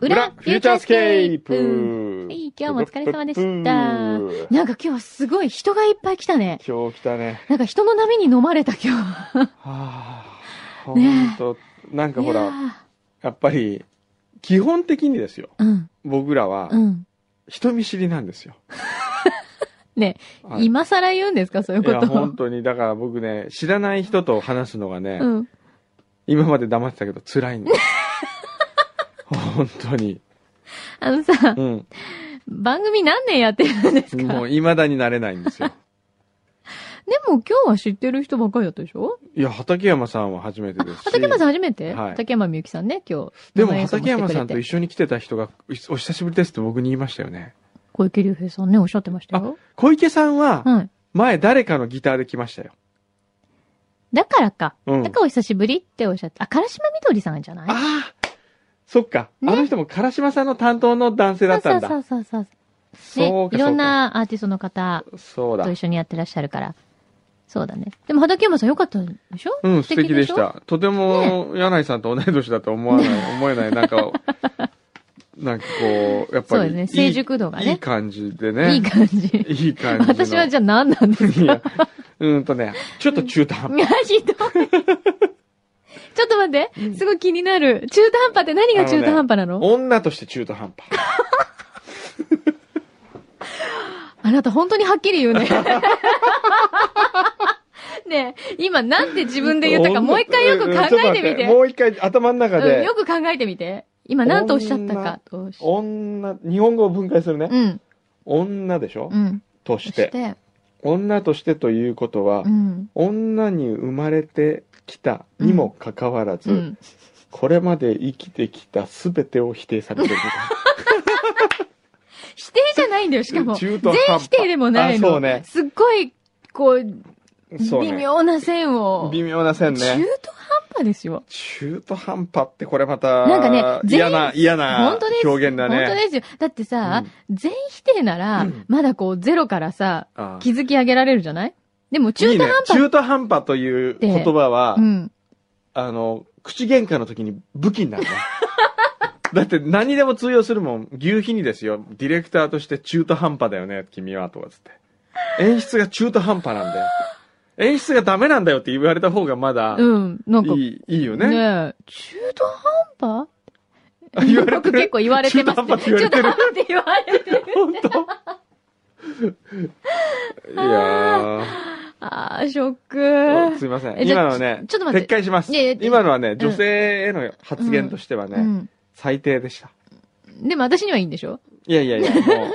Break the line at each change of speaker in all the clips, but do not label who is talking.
裏フューチャースケープ
はい、今日もお疲れ様でした。なんか今日はすごい人がいっぱい来たね。
今日来たね。
なんか人の波に飲まれた今日。
はあ、ほ
ね
んと、なんかほ
いや
ら、やっぱり、基本的にですよ。
ーうん、
僕らは
う、ん。
人見知りなんですよ。
ね、
はい
今更言うんですかそういう
い
こ
や、
と
本当に、だから僕ね、知らない人と話すのがね、
うん。
今まで黙ってたけど辛いんです。 本当に。
あのさ、
うん。
番組何年やってるんですかで
も
も
う未だになれないんですよ。
今日は知ってる人ばっかりだったでしょ
いや、畠山さんは初めてですし。
畠山さん初めて、
はい
畠山みゆきさんね、今日。
でも
生演奏
畠山さんと一
してくれて
緒に来てた人が、お久しぶりですって僕に言いましたよね。
小池隆平さんね、おっしゃってましたよ。
小池さんは、
はい。
前誰かのギターで来ましたよ。
だからか。
うん。
だ
あ
からお久しぶりっておっしゃって。あ、唐島みどりさんじゃない
あー、そっか。
ね
あの人も唐島さんの担当の男性だったん
そ
だ。そう
うそうそうそう。
そ
ね
う、か
いろんなアーティストの方
そうだ
と。一緒にやってらっしゃるから。そうだね。でも、畠山さん良かったでしょ
うん、素敵でし
素敵
た。とても、柳井さんと同い年だと思 わない、思えない、なんか、なんかこう、やっ
そう
ぱ
で
り
す
いい、
ね。成熟度が
いい
ね。
感じで
い
ね。
い感じ。
いい感じ の。
私はじゃあ何なんですか
いや、うーんとね、ちょっと中途半
いや、ひどい。ちょっと待って。すごい気になる。中途半端って何が中途半端なのあ,、
女として中途半端。
なた本当にはっきり言 うね。ねえ、今なんで自分で言ったかもう一回よく考えてみて。
うんうんちょっと待っもう一回頭の中
うん
で
よ、く考えてみて。今何とおっしゃったかと。
女、日本語を分解するね。
うん。
女でしょ
うん。
と
そ
し。
してて、
女としてということは
う、ん。
女に生まれてきたにもかかわらず、
うん。
これまで生きてきた全てを否定されてるみたいな。
否定じゃないんだよ、しかも。全
中途半端
否定でもない
あ
の。
そうね
すっごい、こう、
そう
微
ね。
妙な線を。
微妙な線
中
ね。
途半端ですよ。
中途半端ってこれまた、
なんかね全
嫌な、嫌な
本当です。
表現だね。
本当ですよ。だってさ、全否定なら、
うん
まだこう、ゼロからさ、
うんあー
築き上げられるじゃないでも中
いい
途
ね
半端。
中途半端という言葉は、
うん。
あの、口喧嘩の時に武器になるね。だって何でも通用するもん。牛皮にですよ。ディレクターとして中途半端だよね、君は、とかつって。演出が中途半端なんだよ。演出がダメなんだよって言われた方がまだ、
うん。なんか、
い
ね
い、いいよ
え
ね。
中途半端
言われて
僕
る。
結構言われてますね。
中途半端って言われてる。
中途半端って言われてる。
本当いや
あー、ショッ
ー。
ク。
すいません。
えじゃ
今のはね、
ちょっと待って
撤回します。
いやいや
今のはね、女性への発言としてはね、
うん。
最低でした。
でも私にはいいんでしょ
いやいやいや、も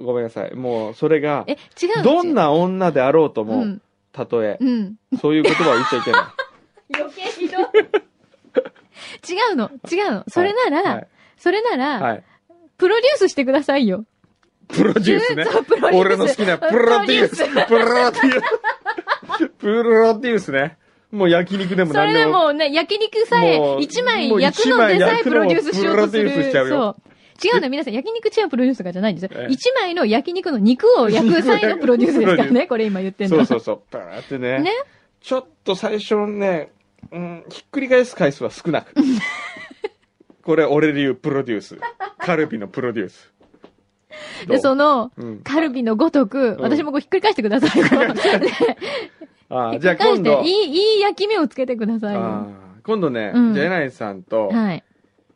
う、ごめんなさい。もう、それが
え、、違うの
どんな女であろうとも、
うん。
たとえ
う、ん。
そういう言葉を言っちゃいけな
余計ひどい。 違うの、違うの。それなら、
い。はい。
それなら、
はい。
プロデュースしてくださいよ。
プロデュースね。
そうプロデュース
俺の好きなプロデュース。プロデュース。プロデュースね。もう焼肉でも
それ
何
で
でも。
もうね、焼肉さえ
もう
一枚
もう
焼くので
一枚
さえ
焼く
プ
の
ロ
を
デュースしようとす
プロ
る。
デュースしちゃうよ
そう。違うのよ皆さん、焼肉チェーンプロデュースとかじゃないんですよ
え。え
一枚の焼肉の肉を焼く際のプロデュースですから
プロデ
ね、これ今言ってん
そ
の。
うそうそう。プーってね。
ね
ちょっと最初ね、うん、ひっくり返す回数は少なく。これ、俺流プロデュース。カルビのプロデュース。ど
で、
う
その、
うん。
カルビのごとく、
ん
私もこうひっくり返してくださいよ。
あ
ひ
あ、
っ
じ
く
ゃあ
り返
今
し
度
て、い。い、いい焼き目をつけてくださいよ。
ああ今度ね、
うん
じゃあ柳井さんと、
はい。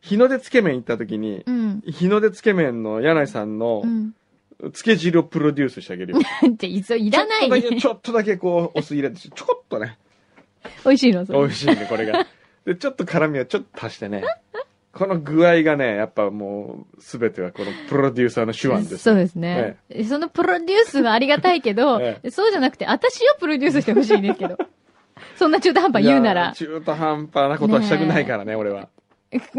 日の出つけ麺行った時に
う、ん。
日の出つけ麺の柳井さんの
うん。
つけ汁をプロデュースしてあげるよ。
って、いそいらない。
ちょっとだけ、ちょっとだけこう、お酢入れて、ちょこっとね、
美味しいの、それ
美味しいね、これが。で、ちょっと辛みをちょっと足してね。この具合がね、やっぱもう、すべてはこのプロデューサーの手腕です。
そうですね、そのプロデュースはありがたいけど、
え
そうじゃなくて、私をプロデュースしてほしいんですけど。そんな中途半端言うなら。
中途半端なことはしたくないからね、俺 は。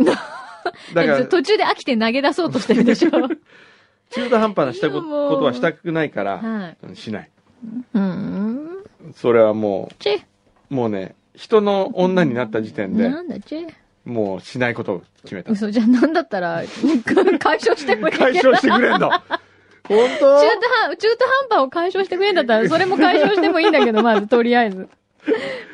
だから、
途中で飽きて投げ出そうとしてる でしょ。
中途半端なしたこ
いやもう
ことはしたくないから、
はい。
うんしない。
うん。
それはも
チェ。
う、もうね、人の女になった時点で、
なんだチェ。
もうしないことを決めた。
嘘じゃん、なんだったら、 解消してもいいけど。
解消してくれ んの本
中
当
途半、中途半端を解消してくれんだった ら、それも解消してもいいんだけど、まず、とりあえず。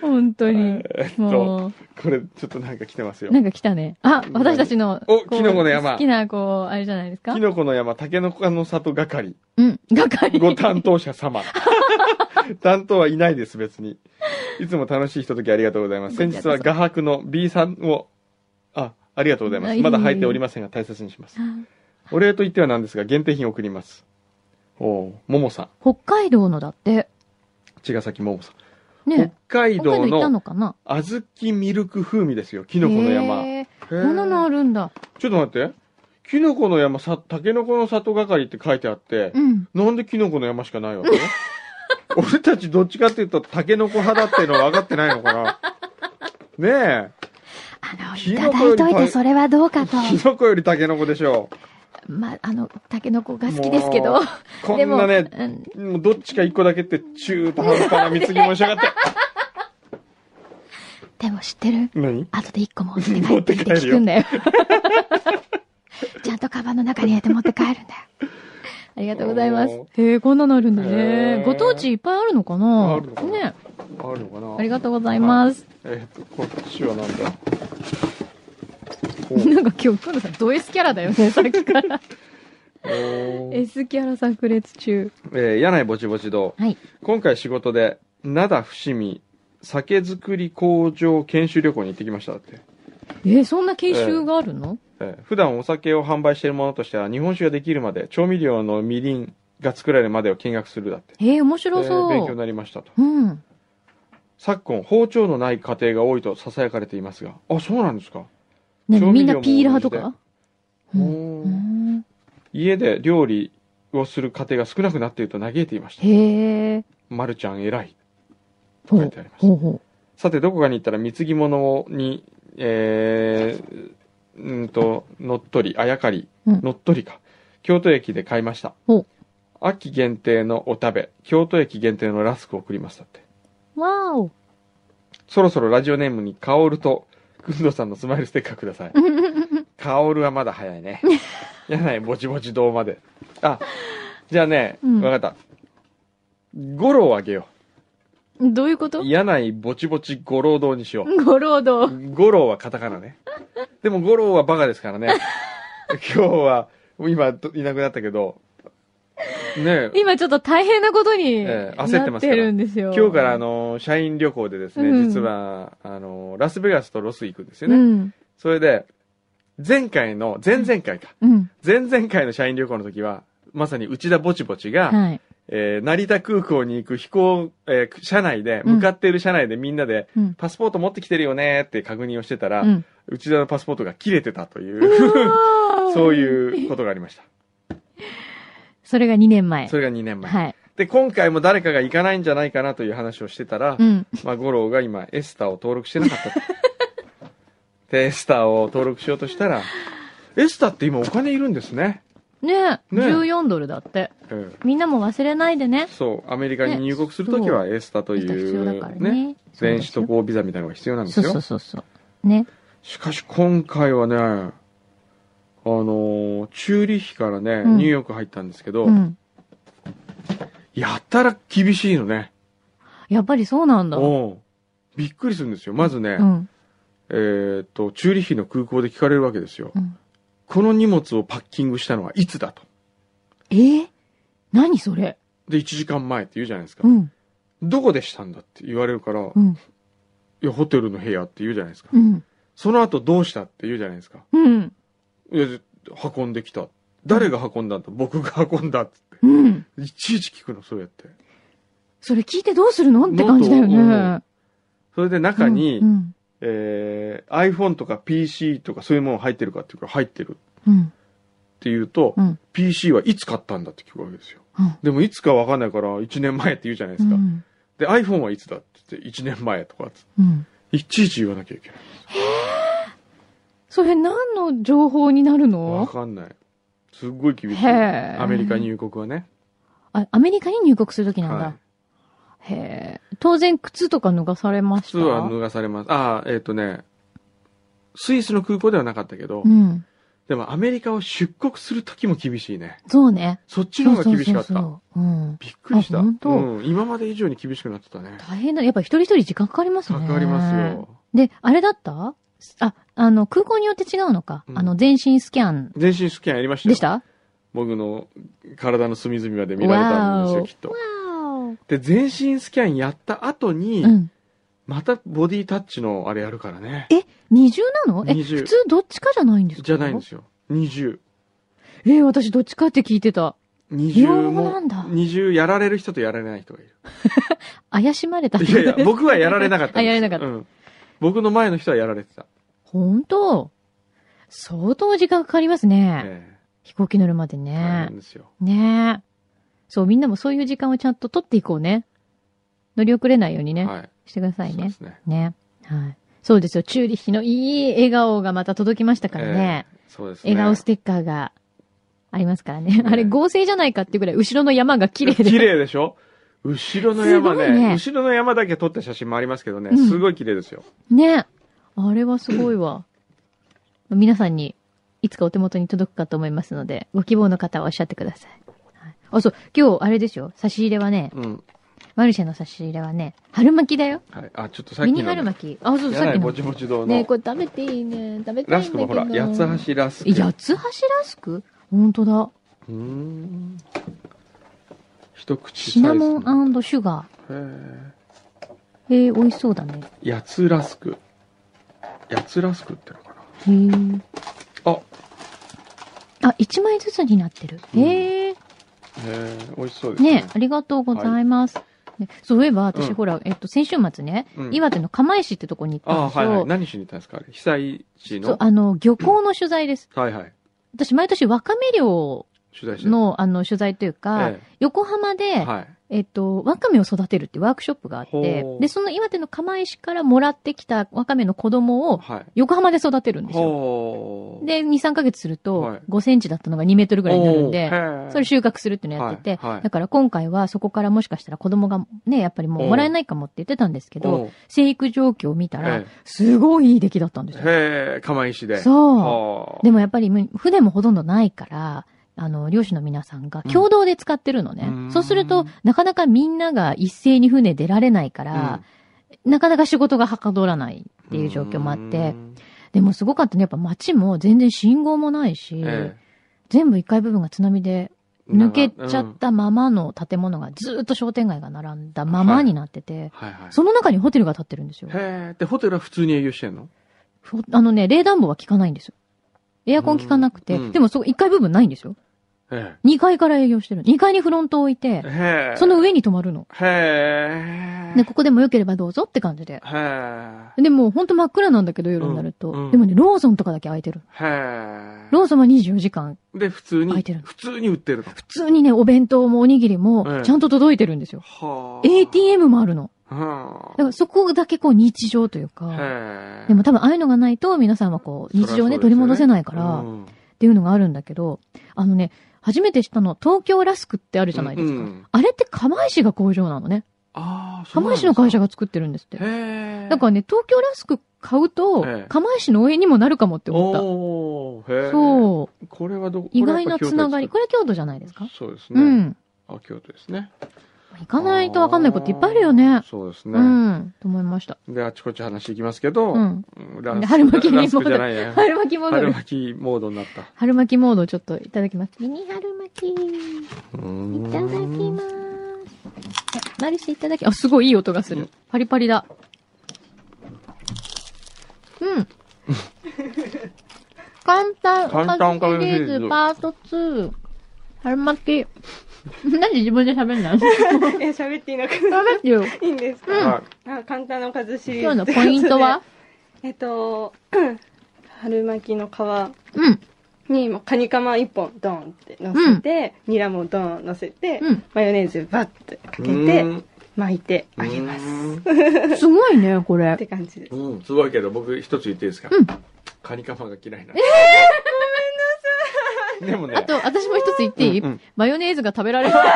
本当に。も
これ、ちょっとなんか来てますよ
う、。なんか来たね。あ、私たちの、
お
こう
キノコの山
好きな、こう、あれじゃないですか
キ。ノコの山、タケノコの里係、
うん、係。
ご担当者 様。担当はいないです、別に。いつも楽しいひとときありがとうございます。先日は画伯の B さんを、あ、ありがとうございま
あいえ
す。
いえ
まだ入っておりませんが大切にします。
あ
お礼と言ってはなんですが、限定品を送ります。おうももさん。
北海道のだって。
茅ヶ崎ももさん。
ね。
北海
北海
道
道行った
の
のかな
小豆ミルク風味ですよ、キノコの山。
へ
へ
ー
ー
こんなのあるんだ。
ちょっと待って。キノコの山、さ、タケノコの里係って書いてあって、
うん。
なんでキノコの山しかない わけ俺たちどっちかっていうとタケノコ派だっていうのは分かってないのかなね
あの、
キ
い
ノ
た
コ
だ
より
いといて、それはどうかと。
え。キノコよりタケノコでしょ
ま、あの、タケノコが好きですけど
も。う。こ
で
ん
も
なね、
うん
もうどっちか一個だけって中途半端な貢ぎもしやがって。
でも知ってる
何
後で一個持って帰ってきて聞くんだよ。 ちゃんとカバンの中に入れて持って帰るんだよ。ありがとうございます
お。
へえ、こんなのあるんだ
へ
ね
え。
ご当地いっぱいあるのかな
あるのかな
ね。
あるのかな
ありがとうございます。
えっ、と、こっちはなんだおう
なんか今日、くんさん、ド S キャラだよ ね、さっきから。
おう
S キャラ炸裂中。
えー、柳井ぼちぼち堂。
はい。
今回仕事で、灘伏見、酒造り工場研修旅行に行ってきましただって。
えー、そんな研修があるの
えー普段お酒を販売しているものとしては日本酒ができるまで調味料のみりんが作られるまでを見学するだって、
えー、面
えー
白そ
勉強に
う。
なりましたと
うん。
昨今包丁のない家庭が多いとささやかれていますがあそうなんですか、
ね、
調
み
味
ん
料
な
も
ピーラーとかうん
おー
うん
家で料理をする家庭が少なくなっていると嘆いていました
へえ。
まるちゃん偉いと
ほ
書いうてありました
ほうほ
さてどこかに行ったら貢ぎ物にえーうんと乗っ取りあやかり、
うん
乗っ取りか京都駅で買いました
ほう
秋限定のお食べ京都駅限定のラスクを送りますだって
う。わーお。
そろそろラジオネームにカオルとくんどさんのスマイルステッカーく ださいカオルはまだ早いねやないぼちぼち堂まであじゃあね、わ
うん
かった五郎をあげよ
どういうこと
う柳井ぼちぼち五郎堂にしよう
ご労働。
五郎はカタカナね。でも五郎はバカですからね。今日は、今どいなくなったけど、ねえ
今ちょっと大変なことに
ええ
な
焦って
っ
ますから
てるんですよ。
今日からあの、社員旅行でですね、
うん
実は、あの、ラスベガスとロス行くんですよ
う
ね。
ん。
それで、前回の、前々回か。
うん。
前々回の社員旅行の時は、まさに内田ぼちぼちが、
はい。
えー成田空港に行く飛行、えー車内で、向かっている車内でみんなで、
うん。
パスポート持ってきてるよねって確認をしてたら、
うん。
内田のパスポートが切れてたという。 そういうことがありま した。
それが2年前
そ。れが2年前。
はい。
で、今回も誰かが行かないんじゃないかなという話をしてたら、
うん。
まあ、五郎が今、エスターを登録してなかったと。 で、エスターを登録しようとしたら、エスターって今お金いるんですね。
ね
ね
14ドルだって。
うん。
みんなも忘れないでね。
そう、アメリカに入国するときはエスターとい
必要だから
う、ね、
ね。そう
電
で
子
すよ
渡航ビザみたいなのが必要なんで
そ
す
うそ
よ
う。そうそう。ね。
しかし今回はね、あのーチューリッヒからね、
うん
ニューヨーク入ったんですけど、
うん。
やたら厳しいのね。
やっぱりそうなんだ。う
おびっくりするんですよ。まずね、
ん。
えーっと、チューリッヒの空港で聞かれるわけですよ。
うん
この荷物をパッキングしたのはいつだと。
えー何それ
で、1時間前って言うじゃないですか。
うん。
どこでしたんだって言われるから、い
うん。
や、ホテルの部屋って言うじゃないですか。
うん。
その後どうしたって言うじゃないですか。
うん。
いや、運んできた。誰が運んだんだ僕が運んだっつっ
うん。
て。いちいち聞くの、そうやって。
それ聞いてどうするのって感じだよ
ノー
ね。
それで中に、
うん。
えー iPhone とか PC とかそういうもの入ってるかっていうから入ってる
うん。
って言うと、
うん
PC はいつ買ったんだって聞くわけですよ。
うん
でもいつかわかんないから1年前って言うじゃないですか。
うん
で iPhone はいつだって言って1年前とかっつって
うん。
いちいち言わなきゃいけない
それ何の情報になる
わ
の
かんないすっごい厳しい
へえ
アメリカ入国はね、
あアメリカに入国するときなんだ。
はい、
へえ。当然靴とか脱がされまし
靴
た
は脱がされますああえっ、とねスイスの空港ではなかったけど、
うん。
でもアメリカを出国する時も厳しいね
そうね。
そっちの方が厳しかっ
そう
た
そうそうそううん。
びっくりした
あ本当
うん、今まで以上に厳しくなってたね
大変だ。やっぱ一人一人時間かかりますね。
かかります。よ
で、あれだったあ、あの、空港によって違うのか。
うん
あの、全身スキャン
全身スキャンやりましたよ
でした
僕の体の隅々まで見られたんです
わ
よ
お
きっとで全身スキャンやった後に、
うん。
またボディタッチのあれやるからね
え、二重なのえ、
二重
普通どっちかじゃないんですか
じゃないんですよ2020
えー私どっちかって聞いてた。両方
も
なんだ
20やられる人とやられない人がいる
怪しまれた。
いやいや、僕はやられなかった
あ
んです
やられなかった
うん僕の前の人はやられてた。
本当相当時間かかりますね。
え
飛行機乗るまで
え大
ね
変。ですよ。
ねえ。そう、みんなもそういう時間をちゃんと取っていこうね。乗り遅れないようにね。
はい。
してください
そうで
ね。
すね。
ね。はい。そうですよ。チューリッヒのいい笑顔がまた届きましたからね。
ええそうですね。
笑顔ステッカーがありますからね。
ね
あれ合成じゃないかってぐらい後ろの山が綺麗で。
綺麗でしょ後ろの山
すごい
ね
ね
後ろの山だけ撮った写真もありますけどね、
うん
すごい綺麗ですよ。
ね。あれはすごいわ。 皆さんにいつかお手元に届くかと思いますので、ご希望の方はおっしゃってください。はいあ、そう、今日あれですよ。差し入れはね、
うん。
マルシェの差し入れはね、春巻きだよ。
はい。あ、ちょっとさっき
ミニ
の
春巻き。あ、そう、 さっ
柳
き
井
の
ぼ。ちぼち堂の、
ねえこれ食べていいね。食べたいんだけど。
ラスクもほら、八つ橋ラスク。
八つ橋ラスク本当だ。
うーん。一口サ
シ
イズ
ナ
の。
モンシュガ
へ
ー。へえ、美味しそうだね。
え八つラスク。八つラスクってのか
へえ。
な。あ、へ
あ、一枚ずつになってる。
うん
へえ。
え、美味しそうですね。
ねありがとうございます。ねそういえば、私、
うん
ほら、えっと、先週末ね、
うん
岩手の釜石ってとこに行ったん
あ
です
はいはい。
よ。
何しに行ったんですかあれ被災地
そう
の。、
あの、漁港の取材です。
はいはい。
私、毎年、ワカメ漁
取材してる。
の、あの、取材というか、
え
横浜で、
えはい。
えっと、ワカメを育てるってワークショップがあって
ほ、う
で、その岩手の釜石からもらってきたワカメの子供を
はい。
横浜で育てるんですよ。
ほう
で、2、3ヶ月する
は
と
い、
5センチだったのが2メートルぐらいになるんで、
おう
それ収穫するっていうのやってて、
はいはい
だから今回はそこからもしかしたら子供がね、やっぱりもうもらえないかもって言ってたんですけ
お
ど、
う
生育状況を見たら
え、
すごいいい出来だったんですよ。
へえ、釜石で。う。
そう。で
も
もやっぱりむ船もほとんどないから、あの、漁師の皆さんが共同で使ってるのね。
うん
そうすると、なかなかみんなが一斉に船出られないから、なかなか仕事がはかどらないっていう状況もあって、、でもすごかったね。やっぱ街も全然信号もないし、
え
全部1階部分が津波で
え
抜けちゃっ。たままの建物がずーっと商店街が並んだままになってて、
長うんはいはい。
その中にホテルが建ってるんですよ。
へえ、で、ホテルは普通に営業してんの
ほあのね、冷暖房は効かないんですよ。エアコン効かなくて、
うんうん
でもそこ1階部分ないんですよ。
え
2階から営業してるの。2階にフロントを置いて
え。、へえ。
そ、の上に泊まるの。
へえ。
で、ここでも良ければどうぞって感じで。
へえ。
でもうほんと真っ暗なんだけど夜になると。
うんうん
でもね、ローソンとかだけ空いてる。
へ
ローソンは24時間。
え。で、普通に
空いてる、の
普通に売ってるの。
普通にね、お弁当もおにぎり
え
も
え
ちゃんと届いてるんですよ。
はあ。
ATM もあるの。
は
だからそこだけこう日常という
あ。
か。
へえ。
でも多分ああいうのがないと皆さんはこう日常をね取り戻せないからっ
ん
ていうのがあるんだけど、あのね、初めて知ったの東京ラスクってあるじゃないです
うんう
か。
ん
あれって釜石が工場なのね。
ああ、そうなん
釜
です
石
か
の会社が作ってるんですって。
へえ。
だからね、東京ラスク買うと
ええ、
釜石の応援にもなるかもって思っ
おー
た。
へえ。
そう。
う。これはど、
意外なつながり。こ
れ
れ京都じゃないです
は
か
京都です
う
かそうですね。
ん。
あ、京都ですね。
行かないとわかんないこといっぱいあるよね
あー。そうです
う
ね。
ん。と思いました。
で、あちこち話いきますけど、
うん。
うんラス
春巻きに
ラスクじゃないや。
春巻き戻
春
る。
巻きモードになった。
春巻きモードちょっといただきます。ミニ春巻き。いう
ーん
ただきます。あマルシェいただき、あ、すごいいい音がす
う
る
ん。
パリパリだ。うん。簡単お
簡単お
か
か
ず
ず
シリ
シ
ー
リ
ズ
ーズ
パート2。春巻き。 なんで自分で喋 んない喋
いや、喋っていいのかな。
ってよ。
いいんですか、
は
あ簡単なおかずシリーズ。
今日のポイントは
えっと、 春巻きの皮
うん。
に、もうカニカマ一本ドーンって乗せて、ニラもドーン乗せて、
うん
マヨネーズバッてかけ
い。
て、
うーん
巻いてあげます。
すごいね、こ
っ
れ。
て感じです。
うん、すごいけど、僕一つ言っていいですか、
うん
カニカマが嫌いな。ごめんなさい。でもね、
あと、私も一つ言っていい、
うんうん
マヨネーズが食べられる。でも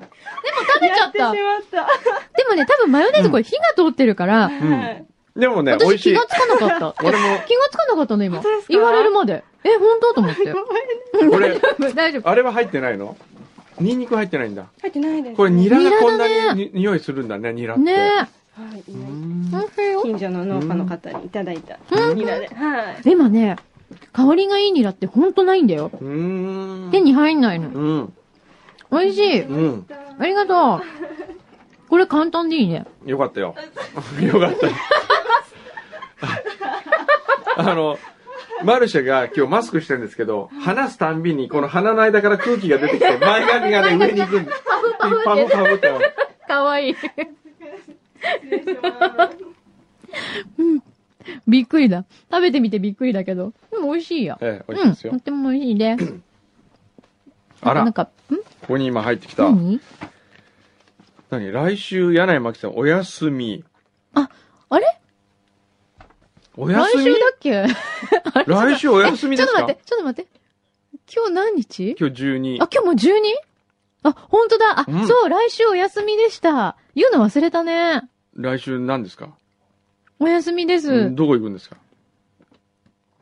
食べちゃ
や
っ
って
た。
しまっ
でもね、多分マヨネーズこれ火が通ってるから、
た。
うん
はい。
でもね、美味
私
し
気
い
が。つかなかった。
俺も、
気がつかなかったの、今
本当です。か
言われるまで。え、本当と思って。
俺、
大丈夫。
あれは入ってないのニンニク入ってないんだ。
入ってないです。
これニラ
ニ
が
ラだね
こんなにに匂いするんだね、ニラって。
ねえ。
はい。
う
今
ん。
本当よ。
近所の農家の方にいただいた
うん
ニラで。はい。
今ね、香りがいいニラってほんとないんだよ。
うん。
手に入んないの。
うん。
美味しい。
うん。
ありがとう。これ簡単でいいね。
よかったよ。 よかった。あの、マルシェが今日マスクしてるんですけど、話すたんびにこの鼻の間から空気が出てきて、前髪がね、上に行くんです。パフパフパフって。
かわいい。うんびっくりだ。食べてみてびっくりだけど。でも美味しいや。
ええ、美味しい
うん。
ですよ
と。ても美味しいね。
あら
なん、か、ん
ここに今入ってきた。
何
何来週、柳井真紀さんお休み。
あ、あれ
お
来
休み
週だっけあれ
来週お休み
ち
で
ょっ
す
と
か
待って、ちょっと待って。今日何日
今日12。
あ、今日もう 12? あ、本当だ。あ、
うん
そう、来週お休みでした。言うの忘れたね。
来週何ですか、
お休みです。
うんどこ行くんですか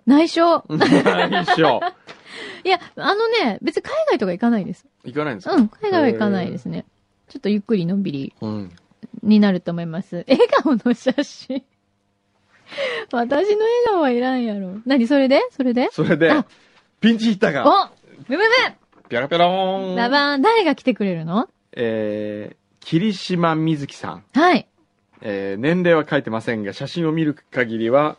内緒。
来週。
いや、あのね、別に海外とか行かないです。
行かないんですか
うん、海外は行かないですね。ちょっとゆっくりのんびり
うん。
になると思います。 笑顔の写真。 私の笑顔はいらんやろ。何それでそれで
それで
あ、
ピンチヒッターが、
おブブ
ピャラピャラ
ブ
ーン。
ラバーン、誰が来てくれるの
えー、霧島みずきさん。
はい。
えー、年齢は書いてませんが、写真を見る限りは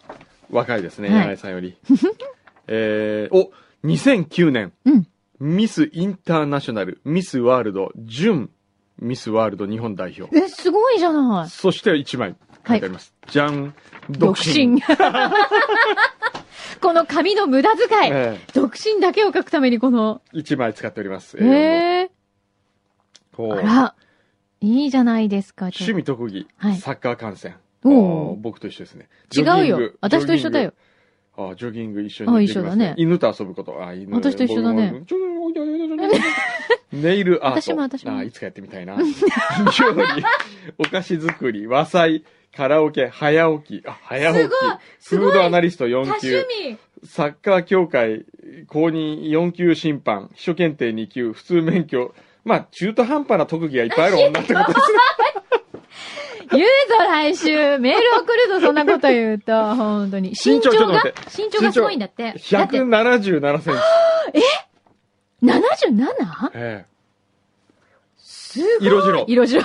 若いですね、
はい
柳井さんより。 えー、お、2009年、
うん
ミスインターナショナル、ミスワールド、準ミスワールド日本代表。
え、すごいじゃない。
そして1枚書いてあります。じゃん、独身。。
この紙の無駄遣い。
え
独身だけを書くためにこの。
ー、1枚使っております。
へ
え
え
こ
あ
う
ら。いいじゃないですか。ち
趣
ょっ
味特技、
はい
サッカー観戦。
おー
あー僕と一緒ですね。
と違う
ジョギン
よ
グ。
私と一緒だよ。。
ああ、ジョギング一緒
あ
に
一緒だね
できます犬と遊ぶこと。あ犬
私と一緒だね。
僕もちょネイルアート。
私も私も
ああいつかやってみたいな。料理、お菓子作り、和裁、カラオケ、早起き。あ、早起き。
すごい
フードアナリスト
多
4
趣
級。
味
サッカー協会公認4級審判。秘書検定2級。普通免許。まあ、中途半端な特技がいっぱいある女ってことですね。
言うぞ、来週メール送るぞ、そんなこと言うと。 本当に。身
身
長
長ちょっと
が
待って
身長がすごいんだって。だって、
177センチ。
77?
え
すごい。
色白
色白。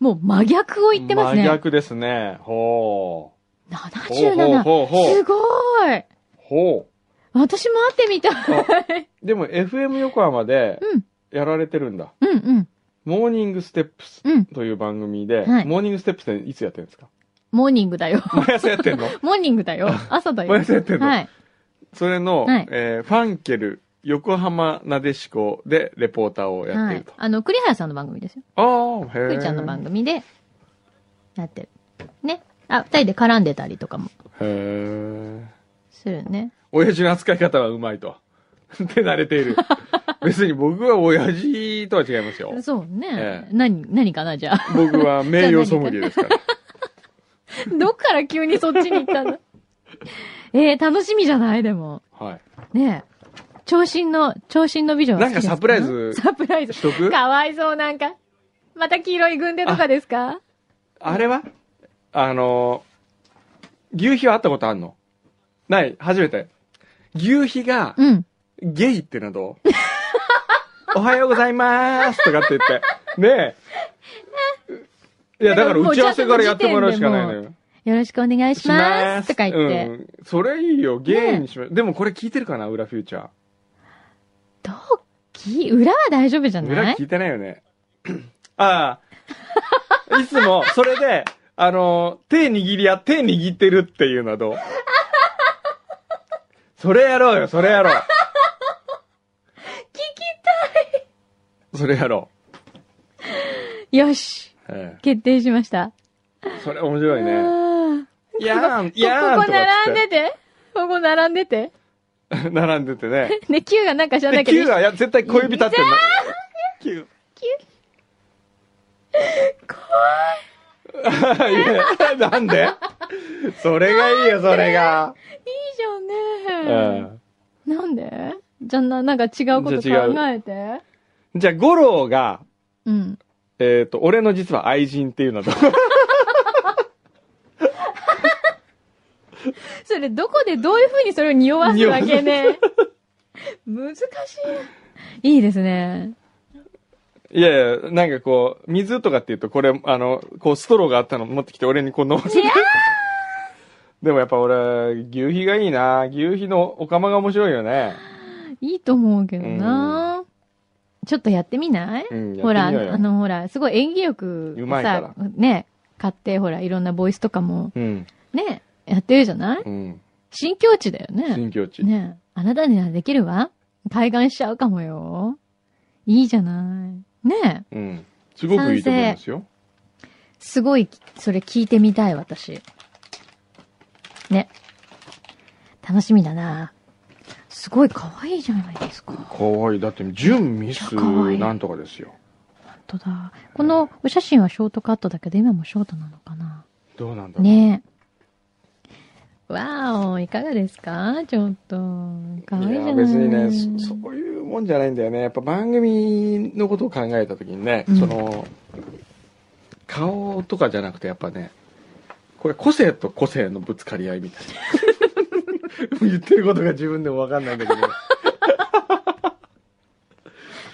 もう真逆を
え
言ってますね。
真逆ですね。ほう。
77。
ほうほうほうほう
すごい。
ほ
私も会ってみたい。
う。でも FM 横浜で
うん
やられてるんだ。
うんうん。
モーニングステップス
うん
という番組で、
はい
モーニングステップスっていつやってるんですか
モーニングだよ。
毎朝やってん の
モーニングだよ。朝だよ。
毎朝やってんの、
はい。
それの、
はい
えーファンケル横浜なでしこでレポーターをやっ
は
てる
い
と。。
あの、栗原さんの番組ですよ。
ああ、へえ。
栗ちゃんの番組で、やってる。ね。あ、二人で絡んでたりとかも
へえ。
するね。
親父の扱い方はうまいと。 で、慣れて いる。別に僕は親父とは違いますよ。
そうね
ええ。
何、何かな、じゃあ。
僕は名誉ソムリエですから。
どっから急にそっちに行ったん だえー、楽しみじゃないでも。
はい。
ねえ。長身の、長身の美女は好きです
なんかサプライズ
サプライズ
し。とく
かわいそう、なんか。また黄色い軍手とかですか
あれはあの、牛皮は会ったことあんのない初めて。牛皮が
うん。
ゲイってのはどうおはようご ざいますとかって言って。ねえ。いや、だから打ち合わせからやってもらうしかないのよ。
よろしくお願いします。とか言って。
うん。それいいよ。ゲイにしまでもこれ聞いてるかな裏フューチャ
どうき裏は大丈夫じゃ
ー。
な
裏
い
聞いてないよね。 ああ。 いつも、それで、あの、手握りや、手握ってるっていうのはどう それやろうよ、それやろう。
聞きたい。
それやろう。
よし
え
決定しました。
えそれ面白い
あ
ね。
ー
いやーん、いやーん
こことこ
かっ
並ん
つ
でて。ここ並んでて。
って。 並んでてね。
で、Q がなんか知らな
で、
いけど。
9は、いや、絶対小指立ってんの。9。怖 い。いやなんでそれがいいよ、それが。
いいじゃんね。
うん。
なんでじゃあな、なんか違うこと
じゃあ違う
考えて。
じゃあ、五郎が、
うん。
えっ、と、俺の実は愛人っていうのと。
それ、どこでどういう風にそれを匂わすわけね。難しい。いいですね。
いやいや、なんかこう、水とかって言うと、これ、あの、こう、ストローがあったの持ってきて、俺にこう飲ませて
いや。
でもやっぱ俺、牛皮がいいな。牛皮のお釜が面白いよね。
いいと思うけどな。ちょっとやってみない
うん、や
ほら、
っ
あ
てみようよ
の、あのほら、すごい演技力
うまいか
さ、ね、買って、ほら、いろんなボイスとかも、
うん、
ね、やってるじゃない
うん。
新境地だよね。
新境地。
ね、あなたにはできるわ。開眼しちゃうかもよ。いいじゃない。ね、
うん。すごくいいと思いますよ。
すごい、それ聞いてみたい、私。ね。楽しみだな。すごい可愛いじゃないですか。
かわいい。だって、純ミスなんとかですよ。
本当だ。このお写真はショートカットだけど、今もショートなのかな。
どうなんだろう。
ねえ。わお、いかがですかちょっと。かわいいじゃない
や別にねそ、そういうもんじゃないんだよね。やっぱ番組のことを考えたときにね、
うん
その、顔とかじゃなくてやっぱね、これ個性と個性のぶつかり合いみたい な。言ってることが自分でもわかんない んだけど。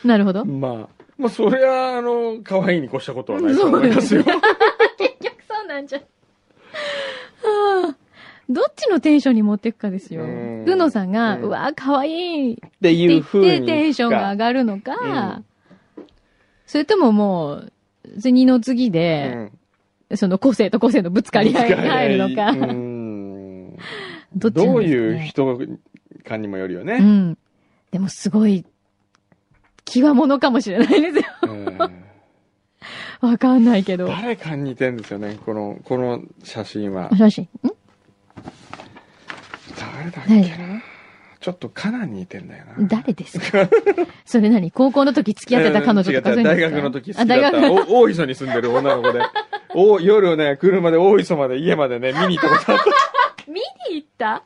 なるほど。
まあ、まあそりゃ、あの、可愛いに越したことはないと
そう
思い
で
ます
す
よ。
結局そうなんじゃん。はあどっちのテンションに持っていくかですよ。
う
うんのさんが、
う
うんわ、かわいいって
ってい
言
う
っ
ふうに
てテンションが上がるの
う
か
ん、
それとももう、次の次
う
で、
ん
その個性と個性のぶつかり合いが入るのか、
うん
どっちなんですかね
どういう人かにもよるよ
う
ね。
ん。でもすごい、際物かもしれない ですよ。
うん
わかんないけど。
誰かに似てんですよね、この、この写真は
も。しもし。ん
誰だっ
誰
け
だろう
ちょっとカナンに似てんだよな。
誰です かそれ何高校の時付き合ってた彼女とか
う
そう
ん違
い
っ
うの
た大
ですか
学の時好
あ、
き
大
だっ
学
た。お大磯に住んでる女の子で。お夜ね、車で大磯まで家までね、見に行ったことあっ
見に行った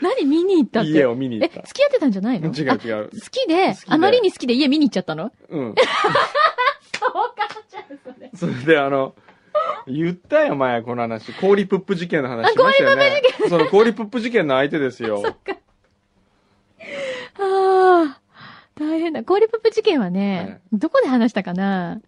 何見に行った
た。
って。
家を見に行
え、
っ
付
た。
き合ってたんじゃないの
違
あ
う違う
好。きで
好きで
あまりに好きで家見に行っちゃったの
うん。
そうかちゃん、それ。
それであの、言ったよ、前、この話。氷プップ事件の話しましたよね。その氷プップ事件の相手ですよ。
ああ、大変だ。氷プップ事件はね、どこで話したかな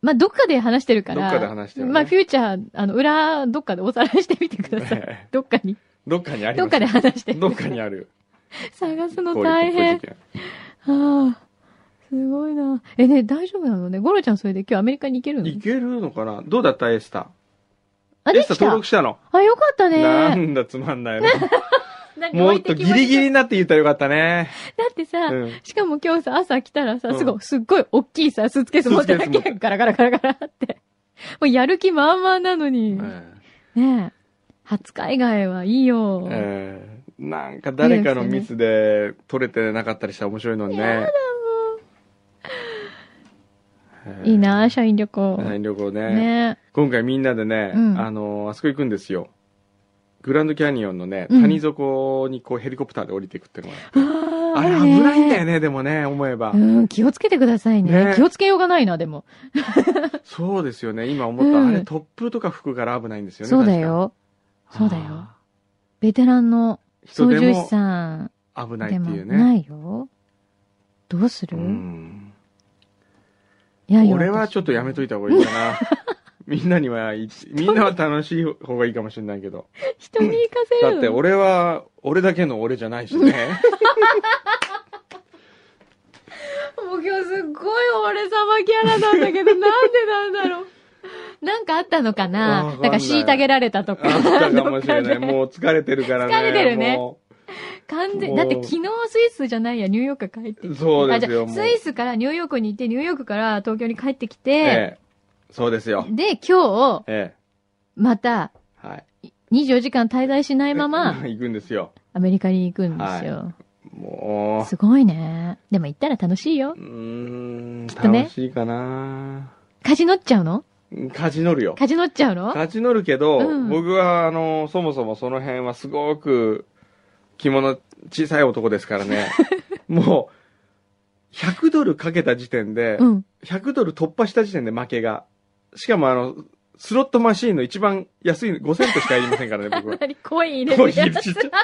まあ、どっかで話してるから。
どっかで話してるね
まあ、フューチャー、あの、裏、どっかでおさらいしてみてください。
ね
どっかに、
どっかにあり
ど
ま
っ
す
かで話して。
どっかにある。
探すの
氷プッ
大
プ事
変。
件。
ああ、すごいな。え、ね、大丈夫なのね。ゴロちゃんそれで今日アメリカに行けるの
いけるのかなどうだったエスタ
あ、
エ
で
スタ
き
登
た
録。したの、
あ、よかったね。
なんだつまんない の
なんか
も
置
っ
いて
と
き
ギ
ました
リギリになって言ったらよかったね。
だってさ、
うん
しかも今日さ、朝来たらさ、
うん
すごい、すっごい大きいさ、スーツケース持ってるだ
スーツケース
け、ガラガラガラガラって。 もうやる気満々なのに。ねえ。初海外はいいよ。
えーなんか誰かのミスで取れてなかったりしたら面白いのにね。えー
いい。な、社員旅行。
社員旅行ね
ね
今回みんなでね、
うん
あのあそこ行くんですよ。グランドキャニオンのね、
うん
谷底にこうヘリコプターで降りていくっていうのが、
え。
あれ危ないんだよね、でもね、思えば。
うん、気をつけてくださいね。
ね
気をつけようがないな、でも。
そうですよね、今思った、
うん
あれ突風とか吹くから危ないんですよね。
そうだ
確か。
よ。そうだよ
あ。
ベテランの
ー。人
操
で
縦士
も
さん
危ない
で
って
も
いうね。
ないよ。どうす
う
る、
ん。
いやいや。
俺は
私
ちょっとやめといた方がいい かな。みんなにはいい、みんなは楽しい方がいいかもしれないけど。
人に行かせる
だ
の
って俺は、俺だけの俺じゃないし ね。
もう今日すっごい俺様キャラなんだけ ど、なんでなんだろう。なんかあったのかなな
わかん
ん
ない
か虐げられたとか。
あったかもしれな
ど っかで
い。もう疲れてるからね。
疲れてるね
も
完
も
全、
う
だって昨日スイスじゃないや、ニューヨーク帰ってきて。
うそうです
あ
よ、
じゃ
も
あ
う。
スイスからニューヨークに行って、ニューヨークから東京に帰ってきて、
ええそうですよ。
で、今日、
え
また、
え。はい。
24時間滞在しないまま、
行くんですよ。
アメリカに行くんですよ。
も
すごいね。でも行ったら楽しいよ
う、う。ーん、
とね
楽しいかな
カジノっちゃうの
カジノるよ。
カジノっちゃうの
カジノるけど、
うん
僕は、あの、そもそもその辺はすごく、着物、小さい男ですか らね。もう、100ドルかけた時点で、
うん。
100ドル突破した時点で負けが。しかもあの、スロットマシーンの一番安い5セントしか入りませんからね、僕は
か。なりコイン入れ
コ
る
イン入
や
れちゃ
つ
っ。た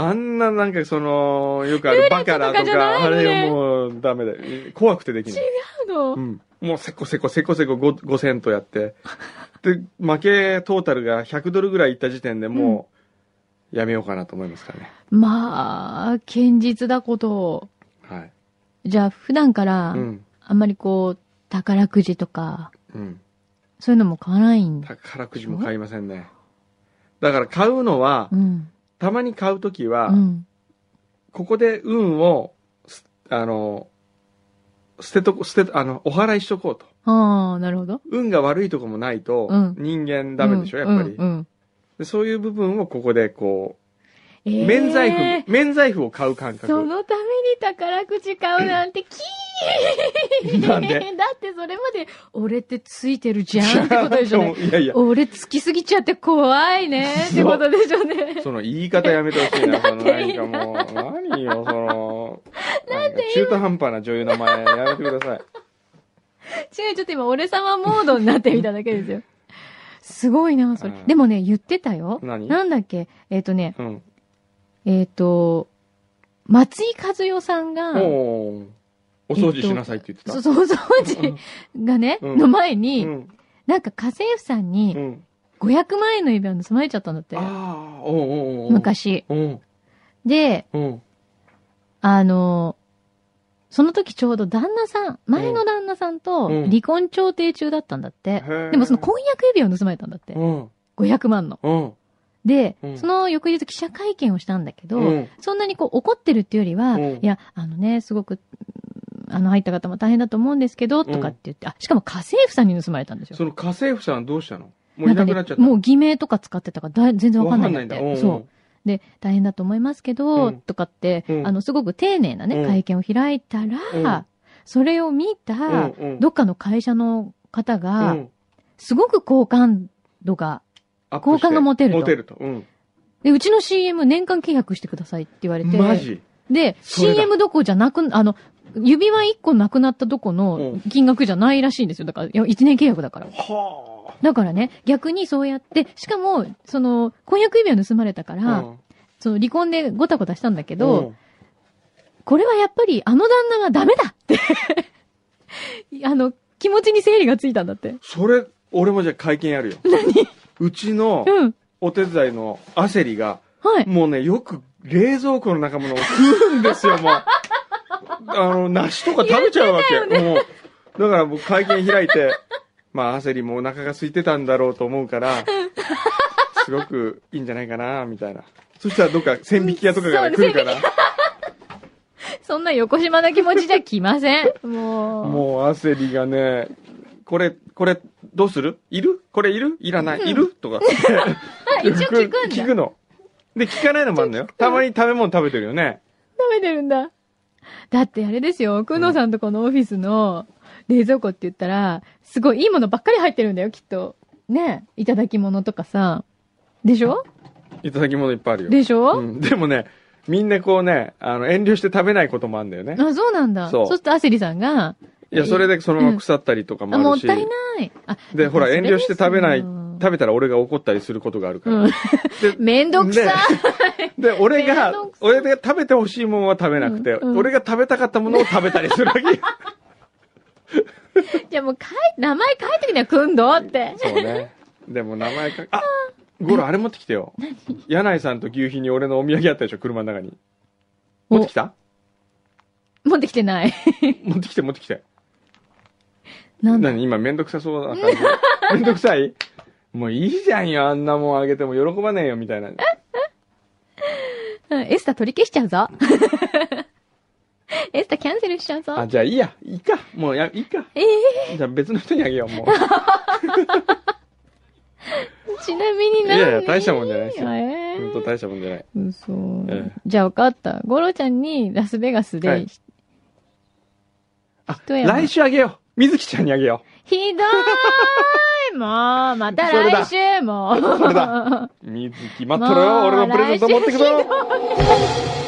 あんななんかその、よくあるバカラ
ルーレットとか
と
じゃない
か、あ
よね
れはもうダメだよ。怖くてできない。
の
うん。もうせこせこせこせこ 5, 5セントやって。で、負けトータルが100ドルぐらいいった時点でもう、やめようかなと思いますからね。
まあ、堅実だことを。
はい。
じゃあ、普段から
う、ん。
あんまりこう、宝くじとか、
うん。
そういうのも買わないんだ。
宝くじも買いませんね。だから買うのは
う、ん。
たまに買うときは、
うん。
ここで運を、すあの、捨てとこ、捨てと、あの、お祓いしとこうと。
ああ、なるほど。
運が悪いとこもないと
う、ん
人間ダメでしょ、やっぱり、
うん。うん
で。そういう部分をここでこ
え
う、
ー
免罪符、免罪符を買う感
そ
覚。
のために宝くじ買うなんて、キー
なんで
だってそれまで、俺ってついてるじゃんってことでしょうね。
いやいや、
俺つきすぎちゃって怖いねってことでしょうね。
その言い方やめてほしいな、そ の
な
なん
て
んかもう、何よ、その、なんか中途半端な女優の名前やめてください。
違う、ちょっと今俺様モードになってみただけですよ。すごいな、それ
う。ん
でもね、言ってたよ。
何
なんだっけえっ、とね、
うん。
えっ、と、松井和代さんが、
おーお掃除しなさいって言って
そ
た。
うそう、掃除がね、
うん
の前
う
に、
ん。
なんか家政婦さん
う
に
ん。
500万円の指輪盗まれちゃったんだって。
ああ、おうおうおう。
昔。
うん。
で、
うん。
あの、その時ちょうど旦那さん、前の旦那さんと
うん
離婚調停中だったんだって。で
で
もその婚約指輪を盗まれたんだって
う。ん。
500万の。
うん。
で
う、ん
その翌日記者会見をしたんだけ
う
ど、
ん。
そんなにこう怒ってるっていうよりは、
うん
いや、あのね、すごく、あの入った方も大変だと思うんですけど、とかって言って、あ、しかも家政婦さんに盗まれたんですよ。
その家政婦さんはどうしたのもういなくなっちゃった。
んかねもう偽名とか使ってたからだい全然わかんないんだっ
わか
て。
んだ
そう。で、大変だと思いますけど、
うん
とかって、
うん
あの、すごく丁寧なね、
うん
会見を開いたら、
うん
それを見た、
うんうん
どっかの会社の方が、
うん
すごく好感度が、
アップして
好感が持てると
持てると。うん。
で、うちの CM 年間契約してくださいって言われて、
マジ
で、
それだ
CM どこじゃなく、あの、指輪1個なくなったどこ
う
の
ん
金額じゃないらしいんですよ。だから、いや1年契約だから。
は
だからね、逆にそうやって、しかも、その、婚約指輪盗まれたか
あ。
ら、
うん
その離婚でごたごたしたんだけど、これはやっぱりあの旦那はダメだって あの、気持ちに整理がついたんだって。
それ、俺もじゃあ会見やるよ。うちの
うん。
お手伝いのアセリが、
はい。
もうね、よく冷蔵庫の中ものを食うんですよ、もう。あの、梨とか食べちゃうわけ。もう。だから僕会見開いて、まあ、アセリもお腹が空いてたんだろうと思うから、すごくいいんじゃないかな、みたいな。そしたらどっか千匹屋とかから来るから、
そんな横島な気持ちじゃ来ません。もう。
もうアセリがね、これ、これ、どうするいるこれいるいらない、いるとかって。
一応聞くんだ。
聞くの。で、聞かないのもあるのよ。たまに食べ物食べてるよね。
食べてるんだ。だってあれですよ、くんのさんとこのオフィスの冷蔵庫って言ったら、すごいいいものばっかり入ってるんだよ、きっと。ねいただき物とかさ。でしょ
いただき物いっぱいあるよ。
でしょ、
うん、でもね、みんなこうね、あの、遠慮して食べないこともあるんだよね。
あ、そうなんだ。そう
そう
するとアセリさんが、
いや、それでそのまま腐ったりとかも
あも
あ
っ
るし。
たいない。あ
で、ほら、遠慮して食べない、
食
食べたら俺が怒ったりすることがあるから。
うん
で
めんどくさい。
で、俺
面
が
倒く、さい
俺が食べてほしいものは食べなくて、
うんうん
俺が食べたかったものを食べたりするわけ。
じゃあもう、かい、名前書いてきなよ、くんどって。
そうね。でも名前か、あゴロあれ持ってきてよ。柳井さんと牛皮に俺のお土産あったでしょ、車の中に。持ってきた
持ってきてない。
持ってきて持ってきて。
なんだ
何今めんどくさそうな感じ。めんどくさいもういいじゃんよ、あんなもんあげても喜ばねえよ、みたいな。
うんエスタ取り消しちゃうぞ。 エスタキャンセルしちゃうぞ。
あ、じゃあいいや。いいか。もうや、いいか。
え
じゃあ別の人にあげよう、もう。
ちなみに
い
何
やいや、大したもんじゃないですよ。
え
ほんと大したもんじゃない。
ー、嘘、
ええ
じゃあ分かった。ゴロちゃんにラスベガスで、
はいあ、
一山
来週あげよう。水木ちゃんにあげよ
ひどいもう、また
それだ
来週も
う。それだ。水木、待っ
も
とろよ。
う
俺のプレゼント持ってくぞ。
来週ひどい